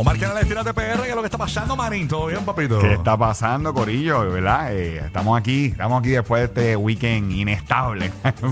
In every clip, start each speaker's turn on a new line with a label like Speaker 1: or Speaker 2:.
Speaker 1: Omar Canales, tírate PR, que es lo que está pasando, manín. ¿Todo bien, papito?
Speaker 2: ¿Qué está pasando, Corillo? ¿Verdad? Eh, estamos aquí, estamos aquí después de este weekend inestable.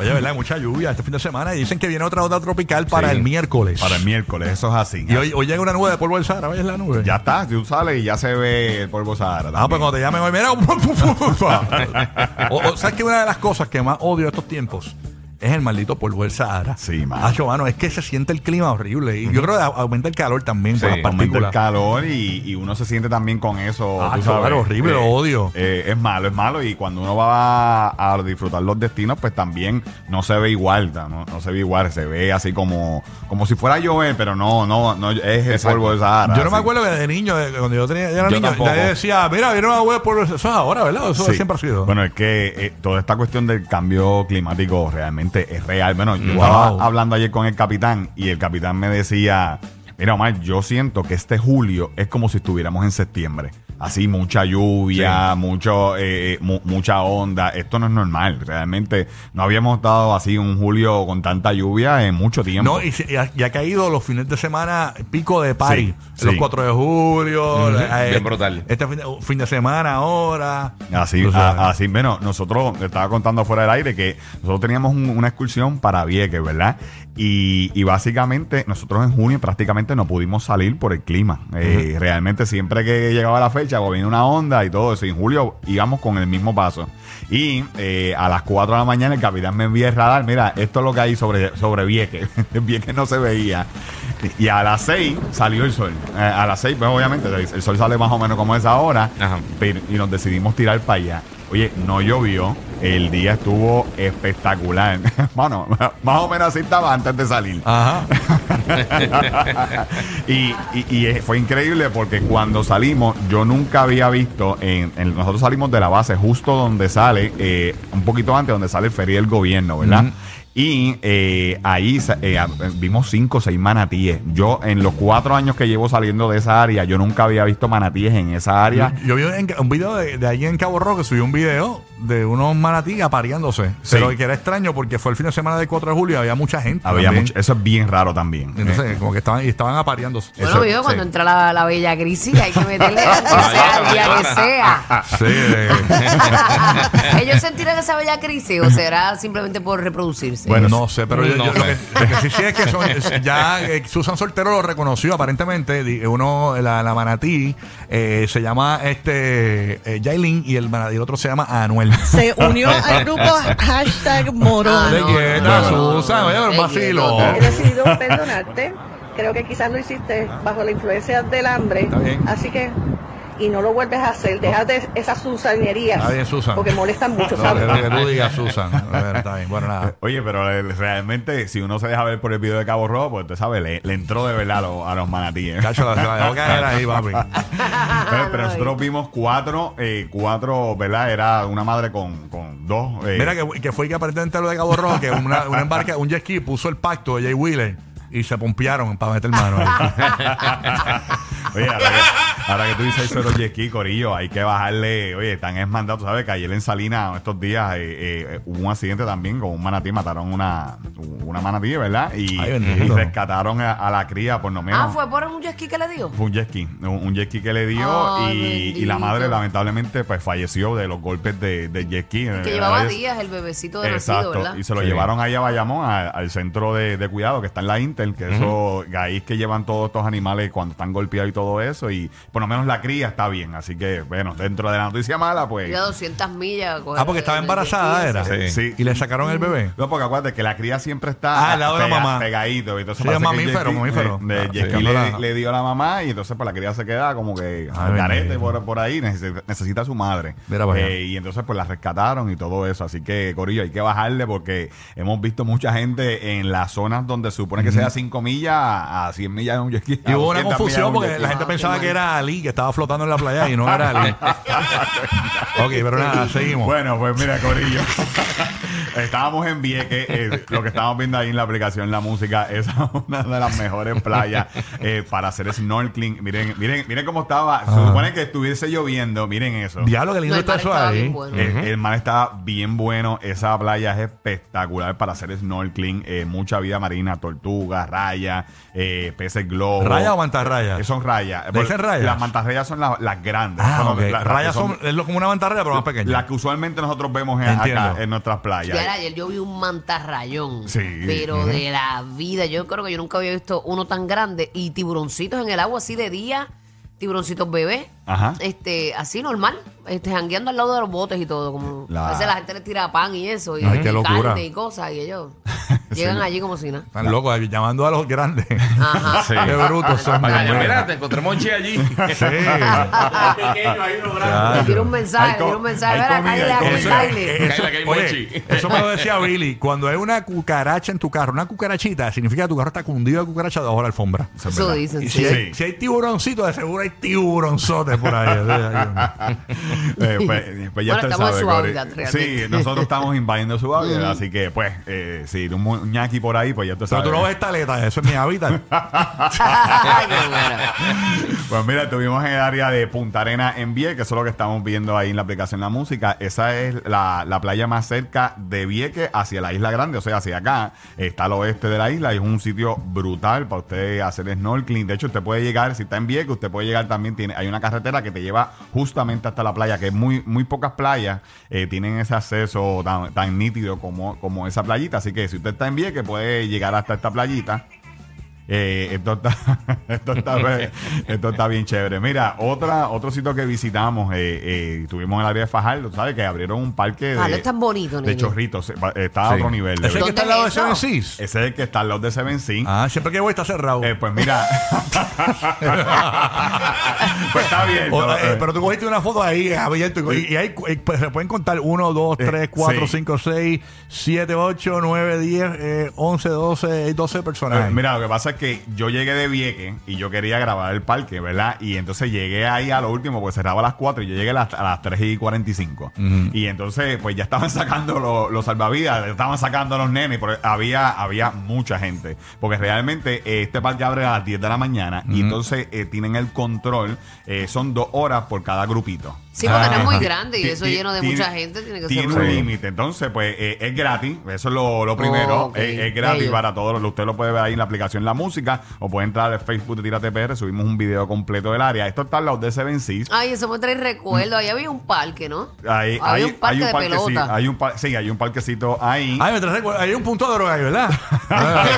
Speaker 1: Oye, ¿verdad? Hay mucha lluvia este fin de semana y dicen que viene otra onda tropical para
Speaker 2: Sí.
Speaker 1: el miércoles.
Speaker 2: Para el miércoles, eso es así.
Speaker 1: Y hoy, hoy llega una nube de polvo del Sahara, hoy es la nube.
Speaker 2: Ya está, tú sales y ya se ve el polvo Sahara.
Speaker 1: Ah, pues
Speaker 2: también.
Speaker 1: cuando te llamen hoy, mira. o, o, ¿Sabes que una de las cosas que más odio de estos tiempos? Es el maldito polvo del Sahara.
Speaker 2: Sí, mano.
Speaker 1: macho. mano, es que se siente el clima horrible. Y yo creo que aumenta el calor también
Speaker 2: Sí,
Speaker 1: por las
Speaker 2: aumenta el
Speaker 1: partículas.
Speaker 2: calor y, y uno se siente también con eso.
Speaker 1: Ah,
Speaker 2: tú
Speaker 1: chaval,
Speaker 2: sabes.
Speaker 1: horrible, lo odio.
Speaker 2: eh, es malo, es malo. Y cuando uno va a, a disfrutar los destinos, pues también no se ve igual, ta- no, no se ve igual, se ve así como, como si fuera a llover, pero no, no, no es el
Speaker 3: Exacto.
Speaker 2: polvo del Sahara.
Speaker 1: Yo no me
Speaker 2: así.
Speaker 1: acuerdo que de niño, de- cuando yo, tenía, yo era
Speaker 2: Yo
Speaker 1: niño,
Speaker 2: tampoco.
Speaker 1: nadie decía, mira, viene una nube de polvo del Sahara. Eso es ahora, ¿verdad? Eso
Speaker 2: Sí.
Speaker 1: siempre ha sido.
Speaker 2: Bueno, es que eh, toda esta cuestión del cambio climático realmente es real. Bueno, yo
Speaker 1: Wow.
Speaker 2: estaba hablando ayer con el capitán y el capitán me decía, mira Omar, yo siento que este julio es como si estuviéramos en septiembre. Así, mucha lluvia, mucho, eh, eh, mu- mucha onda. Esto no es normal. Realmente no habíamos estado así un julio con tanta lluvia en mucho tiempo.
Speaker 1: No, y, se- y ha, y ha caído los fines de semana pico de party.
Speaker 2: Sí,
Speaker 1: los
Speaker 2: sí.
Speaker 1: 4 de julio. la-
Speaker 3: bien brutal.
Speaker 1: Este fin de, fin de semana ahora.
Speaker 2: Así,
Speaker 1: Tú sabes.
Speaker 2: a- así, bueno, nosotros te estaba contando fuera del aire que nosotros teníamos un- una excursión para Vieques, ¿verdad? Y, y básicamente nosotros en junio prácticamente no pudimos salir por el clima. Eh, Realmente siempre que llegaba la fecha, pues venía una onda y todo eso. Y en julio íbamos con el mismo paso. Y eh, a las 4 de la mañana el capitán me envía el radar, mira, esto es lo que hay sobre, sobre Vieques. Vieques no se veía. Y a las 6 salió el sol. Eh, a las 6, pues obviamente, el sol sale más o menos como es ahora.
Speaker 3: Ajá.
Speaker 2: Pero- y nos decidimos tirar para allá. Oye, no llovió, el día estuvo espectacular. Bueno, más o menos así estaba antes de salir.
Speaker 1: Ajá.
Speaker 2: Y, y- y, eh, fue increíble porque cuando salimos, yo nunca había visto, en, en- nosotros salimos de la base justo donde sale, eh, un poquito antes donde sale el ferry del gobierno, ¿verdad?
Speaker 1: Ujú.
Speaker 2: Y eh, ahí sa- eh, a- vimos cinco o seis manatíes. Yo en los cuatro años que llevo saliendo de esa área, yo nunca había visto manatíes en esa área.
Speaker 1: Yo vi en- un video de, de allí en Cabo Rojo que subió un video de unos manatíes apareándose.
Speaker 2: Sí.
Speaker 1: Pero que era extraño porque fue el fin de semana del 4 de julio y había mucha gente.
Speaker 2: Había
Speaker 1: también.
Speaker 2: mucho- eso es bien raro también. ¿eh?
Speaker 1: Entonces, como que estaban, y estaban apareándose.
Speaker 2: Eso-
Speaker 4: Bueno, vivo, cuando
Speaker 2: sí.
Speaker 4: entra la, la bella crisis hay que meterle aunque sea al día que sea.
Speaker 1: ah, Sí, eh,
Speaker 4: ¿Ellos sentirán esa bella crisis o será simplemente por reproducirse?
Speaker 1: bueno, no sé, pero yo-
Speaker 3: No
Speaker 1: yo- lo, que,
Speaker 3: sé.
Speaker 1: lo que sí, sí es que son- es- ya eh, Susan Soltero lo reconoció aparentemente. di- Uno, la, la manatí, eh, se llama este eh, Yailin y el, manatí- el otro se llama Anuel.
Speaker 5: se unió al grupo hashtag morón.
Speaker 1: De
Speaker 4: no,
Speaker 1: quieta,
Speaker 4: no, no,
Speaker 1: Susan,
Speaker 4: no,
Speaker 1: oye,
Speaker 4: no,
Speaker 1: el
Speaker 4: no,
Speaker 1: vacilo.
Speaker 4: no,
Speaker 5: He decidido perdonarte. Creo que quizás lo hiciste bajo la influencia del hambre.
Speaker 1: Está bien.
Speaker 5: Así que, y no lo vuelves a hacer. Deja de esas susanerías.
Speaker 1: Está bien, Susan.
Speaker 5: Porque molestan mucho,
Speaker 1: No,
Speaker 5: ¿sabes?
Speaker 1: lo que tú digas, Susan. A ver, está bien. Bueno, nada.
Speaker 2: Oye, pero eh, realmente, si uno se deja ver por el video de Cabo Rojo, pues usted sabe, le, le entró de verdad a, los- a los manatíes.
Speaker 1: Cacho, la, la dejó caer ahí, papi.
Speaker 4: Ah,
Speaker 2: pero, pero nosotros vimos cuatro, eh, cuatro, ¿verdad? Era una madre con, con dos. eh,
Speaker 1: Mira que, que fue que aparentemente lo de Cabo Rojo, que una, una embarca, un jet ski puso el pacto de Jay Wheeler y se pompearon para meter mano. ahí.
Speaker 2: Oye, ahora que, ahora que tú dices eso de los jet ski, Corillo, hay que bajarle. Oye, están es mandados, ¿sabes? Que ayer en Salinas, estos días, eh, eh, hubo un accidente también con un manatí, mataron una, una manatí, ¿verdad? Y,
Speaker 1: Ay, bendito.
Speaker 2: y rescataron a, a la cría, por lo menos.
Speaker 4: Ah, fue por un jet ski que le dio.
Speaker 2: Fue un jet ski, un, un jet ski que le dio
Speaker 4: Ay,
Speaker 2: y, y la
Speaker 4: bendito.
Speaker 2: madre lamentablemente pues falleció de los golpes de, de jet ski.
Speaker 4: Que llevaba días el bebecito de
Speaker 2: Eh,
Speaker 4: nacido,
Speaker 2: Exacto,
Speaker 4: ¿verdad?
Speaker 2: y se lo
Speaker 3: Sí.
Speaker 2: llevaron ahí a Bayamón, a- al centro de, de cuidado que está en la Intel, que eso, ahí es que llevan todos estos animales cuando están golpeados y todo eso, y pues por lo menos la cría está bien. Así que, bueno, dentro de la noticia mala, pues.
Speaker 4: Ir a 200 millas. a coger
Speaker 1: Ah, porque estaba
Speaker 4: el- el
Speaker 1: embarazada, era.
Speaker 4: pestillo.
Speaker 2: Sí.
Speaker 1: Y le sacaron el bebé.
Speaker 2: No, porque acuérdate que la cría siempre está
Speaker 1: Ah, al lado de la mamá.
Speaker 2: pegadito. Entonces
Speaker 1: Sí, es
Speaker 2: parece que
Speaker 1: mamífero,
Speaker 2: Jackie-
Speaker 1: mamífero. Ah,
Speaker 2: eh, eh,
Speaker 1: Sí,
Speaker 2: Jackie
Speaker 1: cuando
Speaker 2: le,
Speaker 1: la-
Speaker 2: le dio a la mamá y entonces pues la cría se queda como que
Speaker 1: Ay,
Speaker 2: al garete
Speaker 1: bendito.
Speaker 2: por, por ahí. Necesita, necesita a su madre.
Speaker 1: Mira para allá.
Speaker 2: Eh, y entonces pues la rescataron y todo eso. Así que, Corillo, hay que bajarle porque hemos visto mucha gente en las zonas donde se supone que sea 5 millas a 100 millas de un jet ski,
Speaker 1: Y
Speaker 2: a
Speaker 1: hubo una
Speaker 2: 200 millas de
Speaker 1: confusión
Speaker 2: un
Speaker 1: porque
Speaker 2: jet
Speaker 1: la
Speaker 2: ski.
Speaker 1: gente
Speaker 4: Ah,
Speaker 1: pensaba
Speaker 4: qué
Speaker 1: que
Speaker 4: mal.
Speaker 1: era Ali, que estaba flotando en la playa y no era Ali. ok, pero nada, seguimos.
Speaker 2: Bueno, pues mira, Corillo. Estábamos en Vieques, eh, lo que estábamos viendo ahí en la aplicación La Música es una de las mejores playas eh, para hacer snorkeling. Miren, miren, miren cómo estaba. Se
Speaker 1: Ah.
Speaker 2: supone que estuviese lloviendo, miren eso.
Speaker 1: Diablo, que
Speaker 4: No,
Speaker 1: lindo
Speaker 4: el
Speaker 1: está
Speaker 4: mar
Speaker 1: eso
Speaker 4: estaba
Speaker 1: ahí.
Speaker 4: bien bueno.
Speaker 2: Eh, El, mar está bien bueno, esa playa es espectacular para hacer snorkeling, eh, mucha vida marina, tortugas, rayas, eh, peces globo.
Speaker 1: Oh. ¿Raya o mantarraya?
Speaker 2: Eh, Son rayas.
Speaker 1: ¿Le dicen rayas?
Speaker 2: Las mantarrayas son la- las grandes.
Speaker 1: Ah,
Speaker 2: Son
Speaker 1: ok.
Speaker 2: las- las
Speaker 1: Rayas
Speaker 2: que
Speaker 1: son, es lo- como una mantarraya, pero más pequeña.
Speaker 2: la que usualmente nosotros vemos en,
Speaker 1: Entiendo.
Speaker 2: acá en nuestras playas.
Speaker 4: Fiara, ayer yo vi un mantarrayón.
Speaker 2: Sí.
Speaker 4: Pero de la vida. Yo creo que yo nunca había visto uno tan grande. Y tiburoncitos en el agua así de día. Tiburoncitos bebés.
Speaker 2: Ajá.
Speaker 4: Este, así normal. Este, jangueando al lado de los botes y todo. Como,
Speaker 2: La-
Speaker 4: A veces la gente les tira pan y eso. Y,
Speaker 1: Ay, qué
Speaker 4: y
Speaker 1: locura.
Speaker 4: carne y cosas. Y ellos llegan
Speaker 2: Sí.
Speaker 4: allí como si nada.
Speaker 1: Están locos, ahí, llamando a los grandes.
Speaker 4: Ajá.
Speaker 2: Sí.
Speaker 1: Qué brutos son.
Speaker 3: Para allá,
Speaker 1: hombre.
Speaker 3: mira, te encontramos un che allí.
Speaker 1: Sí.
Speaker 3: Ah, pequeño, ahí uno grande.
Speaker 4: Le tiro un
Speaker 2: Hay
Speaker 4: mensaje,
Speaker 2: co-
Speaker 4: le tiro un mensaje.
Speaker 2: hay
Speaker 4: Vera,
Speaker 2: comida,
Speaker 4: cállate,
Speaker 2: hay
Speaker 4: hago el
Speaker 1: Eso,
Speaker 2: comida.
Speaker 4: baile.
Speaker 1: eso-
Speaker 3: Cállate, que hay
Speaker 1: oye,
Speaker 3: mochi.
Speaker 1: eso me lo decía Billy. Cuando hay una cucaracha en tu carro, una cucarachita, significa que tu carro está cundido de cucaracha debajo de la alfombra.
Speaker 2: Eso es
Speaker 4: Eso
Speaker 2: verdad.
Speaker 1: Y
Speaker 4: dicen,
Speaker 1: si,
Speaker 4: sí.
Speaker 1: hay, si hay tiburoncitos, de seguro hay tiburonzotes por ahí.
Speaker 2: Eh, pues, pues ya
Speaker 4: Bueno,
Speaker 2: usted
Speaker 4: estamos en
Speaker 2: sabe,
Speaker 4: su
Speaker 2: Cory.
Speaker 4: hábitat,
Speaker 2: Sí,
Speaker 4: realmente.
Speaker 2: nosotros estamos invadiendo su hábitat, así que pues, eh, si un mu- ñaki por ahí, pues ya te
Speaker 1: Pero
Speaker 2: sabes.
Speaker 1: tú no ves taleta, eso es mi hábitat.
Speaker 4: Qué bueno.
Speaker 2: Pues mira, estuvimos en el área de Punta Arena en Vieques, que eso es lo que estamos viendo ahí en la aplicación La Música. Esa es la, la playa más cerca de Vieques hacia la Isla Grande, o sea, hacia acá. Está al oeste de la isla y es un sitio brutal para usted hacer snorkeling. De hecho, usted puede llegar, si está en Vieques, usted puede llegar también. Tiene, hay una carretera que te lleva justamente hasta la playa, que es muy, muy pocas playas eh, tienen ese acceso tan, tan nítido como, como esa playita. Así que si usted está en Vieques, puede llegar hasta esta playita. Eh, esto, está, esto, está, bien- esto está bien chévere. Mira, otra, otro sitio que visitamos, eh, eh, estuvimos en el área de Fajardo, ¿sabes? Que abrieron un parque
Speaker 4: Fajardo
Speaker 2: de,
Speaker 4: es tan bonito,
Speaker 2: de
Speaker 4: nene.
Speaker 2: chorritos. eh, va- Está a
Speaker 1: Sí.
Speaker 2: otro nivel. de
Speaker 1: Ese es el que está
Speaker 2: verdad.
Speaker 1: al
Speaker 4: ¿Dónde
Speaker 1: lado de
Speaker 4: es eso?
Speaker 1: Seven Seas.
Speaker 2: Ese es el que está al lado de Seven Seas.
Speaker 1: Ah, siempre que voy está cerrado.
Speaker 2: Eh, pues mira. pues está bien.
Speaker 1: O- eh, pero tú cogiste una foto ahí abierto y, y hay, eh, pues, se pueden contar 1, 2,
Speaker 2: Eh,
Speaker 1: 3, 4,
Speaker 2: sí.
Speaker 1: 5, 6, 7, 8, 9, 10, 11, 12, 12 personas.
Speaker 2: Eh, Mira, lo que pasa es que yo llegué de Vieques y yo quería grabar el parque, ¿verdad? Y entonces llegué ahí a lo último, porque cerraba a las 4 y yo llegué a las, a las 3 y 45. Y entonces, pues ya estaban sacando lo- los salvavidas, estaban sacando a los nenes, pero había, había mucha gente. Porque realmente eh, este parque abre a las 10 de la mañana y entonces eh, tienen el control, eh, son dos horas por cada grupito.
Speaker 4: Sí, porque no es muy
Speaker 2: Ajá.
Speaker 4: grande y
Speaker 2: Ti-
Speaker 4: eso
Speaker 2: ti-
Speaker 4: lleno de mucha gente tiene que ser
Speaker 2: Tiene
Speaker 4: un-
Speaker 2: un límite, entonces pues eh, es gratis, eso es lo, lo primero,
Speaker 4: Oh, ok.
Speaker 2: es, es gratis
Speaker 4: Bello.
Speaker 2: para todos, usted lo puede ver ahí en la aplicación La Música o puede entrar al Facebook de Tírate PR, subimos un video completo del área, esto está en la de Seven Seas.
Speaker 4: Ay, eso me trae recuerdo. Ahí había un parque, ¿no?
Speaker 2: Ahí,
Speaker 4: había
Speaker 2: hay-
Speaker 4: un parque
Speaker 2: hay
Speaker 4: de
Speaker 2: parquecito-
Speaker 4: pelota.
Speaker 2: hay un par- sí, hay un parquecito ahí.
Speaker 1: Ay, me traes recuerdo. Ah, Hay un punto de droga ahí, ¿verdad?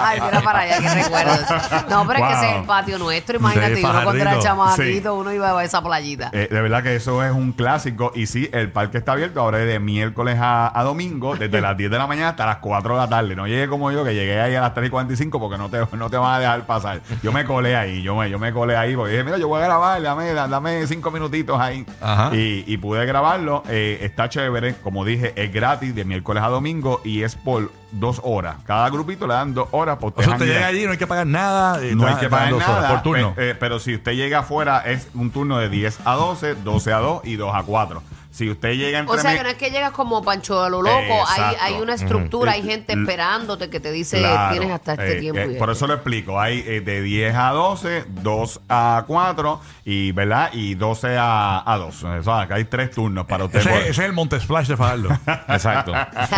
Speaker 4: Ay, mira para allá, que recuerdos. No, pero es que
Speaker 2: Wow.
Speaker 4: ese es el patio nuestro. Imagínate,
Speaker 1: Sí,
Speaker 4: uno cuando era
Speaker 1: pajarrito.
Speaker 4: chamaquito,
Speaker 2: Sí.
Speaker 4: uno iba a esa playita.
Speaker 2: Eh, de verdad que eso es un clásico. Y sí, el parque está abierto ahora es de miércoles a, a domingo, desde las 10 de la mañana hasta las 4 de la tarde. No llegué como yo, que llegué ahí a las 3 y 45 porque no te, no te van a dejar pasar. Yo me colé ahí, yo me, yo me colé ahí porque dije, mira, yo voy a grabar, dame, dame cinco minutitos ahí.
Speaker 1: Ajá.
Speaker 2: Y, y pude grabarlo. Eh, está chévere, como dije, es gratis de miércoles a domingo y es por dos horas. Cada grupito le dan dos horas por
Speaker 1: O sea, usted llega allí, no hay que pagar nada. eh,
Speaker 2: no hay
Speaker 1: está-
Speaker 2: que
Speaker 1: está
Speaker 2: pagar
Speaker 1: dos horas
Speaker 2: nada
Speaker 1: Por turno.
Speaker 2: pe- eh, pero si usted llega afuera, es un turno de 10 a 12, 12 a 2 y 2 a 4. Si usted llega entre
Speaker 4: O sea,
Speaker 2: me-
Speaker 4: que no es que llegas como Pancho a lo loco. Hay,
Speaker 2: Exacto.
Speaker 4: hay una estructura, hay gente
Speaker 2: L-
Speaker 4: esperándote que te dice,
Speaker 2: Claro,
Speaker 4: tienes hasta este
Speaker 2: eh,
Speaker 4: tiempo.
Speaker 2: eh,
Speaker 4: y
Speaker 2: por eso
Speaker 4: esto.
Speaker 2: lo explico. Hay eh, de 10 a 12, 2 a 4 y, ¿verdad? y 12 a, a 2. O sea, acá hay tres turnos para usted.
Speaker 1: Ese,
Speaker 2: por-
Speaker 1: ese es el Montesplash de Fajardo.
Speaker 3: Exacto.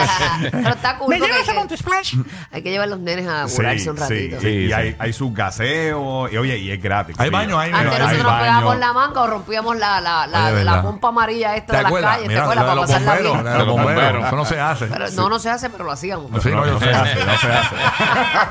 Speaker 4: Pero está cool. porque hay que-
Speaker 6: Splash?
Speaker 4: Hay que llevar los nenes a
Speaker 2: Sí,
Speaker 4: curarse un
Speaker 2: sí,
Speaker 4: ratito.
Speaker 2: y-
Speaker 3: Sí,
Speaker 2: y
Speaker 3: sí.
Speaker 2: hay, hay sus gaseos. Y oye, y es gratis.
Speaker 1: Hay
Speaker 2: Sí.
Speaker 1: baño, hay-
Speaker 4: Antes
Speaker 1: Hay
Speaker 4: nosotros
Speaker 2: baño.
Speaker 4: pegábamos la manga o rompíamos la, la, la,
Speaker 1: Oye,
Speaker 4: la
Speaker 1: ¿verdad?
Speaker 4: pompa amarilla esta
Speaker 1: ¿Te
Speaker 4: de la
Speaker 1: acuerdas?
Speaker 4: calles, ¿te
Speaker 1: Mira, lo
Speaker 4: acuerdas?
Speaker 1: de
Speaker 4: Para
Speaker 1: los
Speaker 4: pasar la
Speaker 1: bomberos,
Speaker 4: vida.
Speaker 1: lo de los
Speaker 3: De los
Speaker 1: bomberos.
Speaker 3: bomberos.
Speaker 1: Eso no se hace.
Speaker 4: Pero, No, no se hace, pero lo hacíamos.
Speaker 1: Sí, no, yo sé.
Speaker 2: no se hace.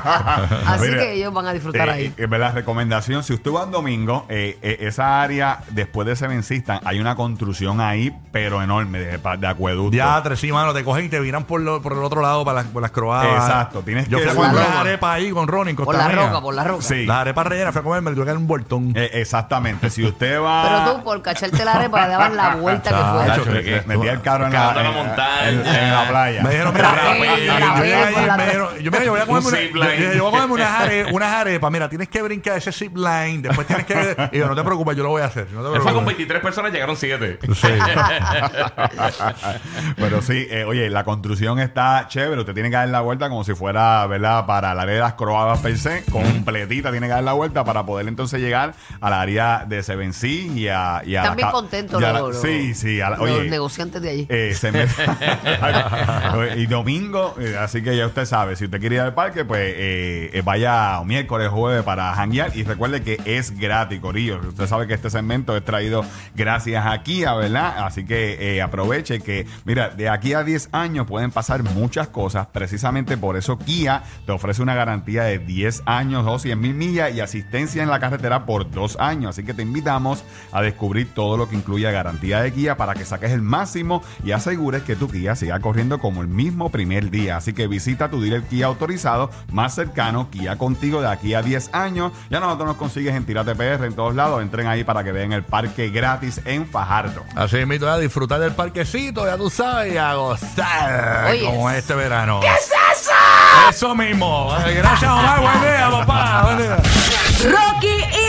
Speaker 4: Así
Speaker 2: Mira,
Speaker 4: que ellos van a disfrutar
Speaker 2: eh,
Speaker 4: ahí.
Speaker 2: eh, la recomendación, si usted va un domingo, eh, eh, esa área después de Seven Sistan, hay una construcción ahí, pero enorme, de, pa- de acueducto.
Speaker 1: Ya, tres sí, mano, te cogen y te viran por, lo- por el otro lado para las, por las croadas.
Speaker 2: Exacto, tienes
Speaker 1: Yo
Speaker 2: que-
Speaker 1: fui a
Speaker 2: Por la
Speaker 1: comprar
Speaker 4: roca.
Speaker 1: arepa ahí con Ronnie en
Speaker 4: Por la
Speaker 1: Costanera.
Speaker 4: roca, por la roca.
Speaker 2: Sí.
Speaker 1: Las arepas rellenas, fui a comerme, le tuve que dar un voltón.
Speaker 2: Eh, exactamente. Si usted va.
Speaker 4: Pero tú, pues, por cacharte la arepa, le dabas la vuelta que
Speaker 2: Chacho,
Speaker 4: fue.
Speaker 3: Chacho,
Speaker 2: me-
Speaker 1: eh,
Speaker 3: que-
Speaker 2: me- metí el carro en la,
Speaker 3: Cargando la
Speaker 2: en-
Speaker 3: montaña.
Speaker 2: en- en la playa.
Speaker 1: Me dijeron,
Speaker 4: La
Speaker 1: mira, yo
Speaker 4: pela,
Speaker 1: llegué
Speaker 4: la pela
Speaker 1: ahí,
Speaker 4: por la
Speaker 1: me
Speaker 4: roca.
Speaker 1: dijeron, yo, mira, yo voy a
Speaker 3: Un
Speaker 1: comerme una-
Speaker 3: zip
Speaker 1: yo- yo-
Speaker 3: line.
Speaker 1: yo voy a comerme unas, are- unas arepas, mira, tienes que brincar ese zip line, después tienes que... Y yo, no te preocupes, yo lo voy a hacer. No te
Speaker 3: Él fue con
Speaker 1: preocupes.
Speaker 3: 23 personas, llegaron 7.
Speaker 2: Pero sí, eh, oye, la construcción está chévere. Usted tiene que dar la vuelta como si fuera, ¿verdad? Para la área de las croadas per se, completita tiene que dar la vuelta para poder entonces llegar al área de Seven Seas y a. Y a
Speaker 4: Están
Speaker 2: la
Speaker 4: bien
Speaker 2: ca-
Speaker 4: contentos
Speaker 2: y a la-
Speaker 4: los- los-
Speaker 2: Sí, sí. a la-
Speaker 4: Los
Speaker 2: oye,
Speaker 4: negociantes de allí.
Speaker 2: eh, se me- y domingo, eh, así que ya usted sabe, si usted quiere ir al parque, pues eh, eh, vaya miércoles, jueves para janguear y recuerde que es gratis, Corillo. Usted sabe que este segmento es traído gracias a Kia, ¿verdad? Así que eh, aproveche que, mira, de aquí a 10 años pueden pasar muchas cosas, precisamente por eso Kia te ofrece una garantía de 10 años o 100 mil millas y asistencia en la carretera por dos años. Así que te invitamos a descubrir todo lo que incluye garantía de guía para que saques el máximo y asegures que tu guía siga corriendo como el mismo primer día. Así que visita tu dealer Kia autorizado más cercano, Kia contigo de aquí a 10 años. Ya nosotros nos consigues en Tirate PR en todos lados. Entren ahí para que vean el parque gratis en Fajardo.
Speaker 1: Así invito a disfrutar del parquecito, ya tú sabes, y a gozar
Speaker 4: Oye.
Speaker 1: como este verano. ¿Qué es eso? Eso mismo. Gracias, Omar. Buen día, papá. Buen día.
Speaker 7: Rocky y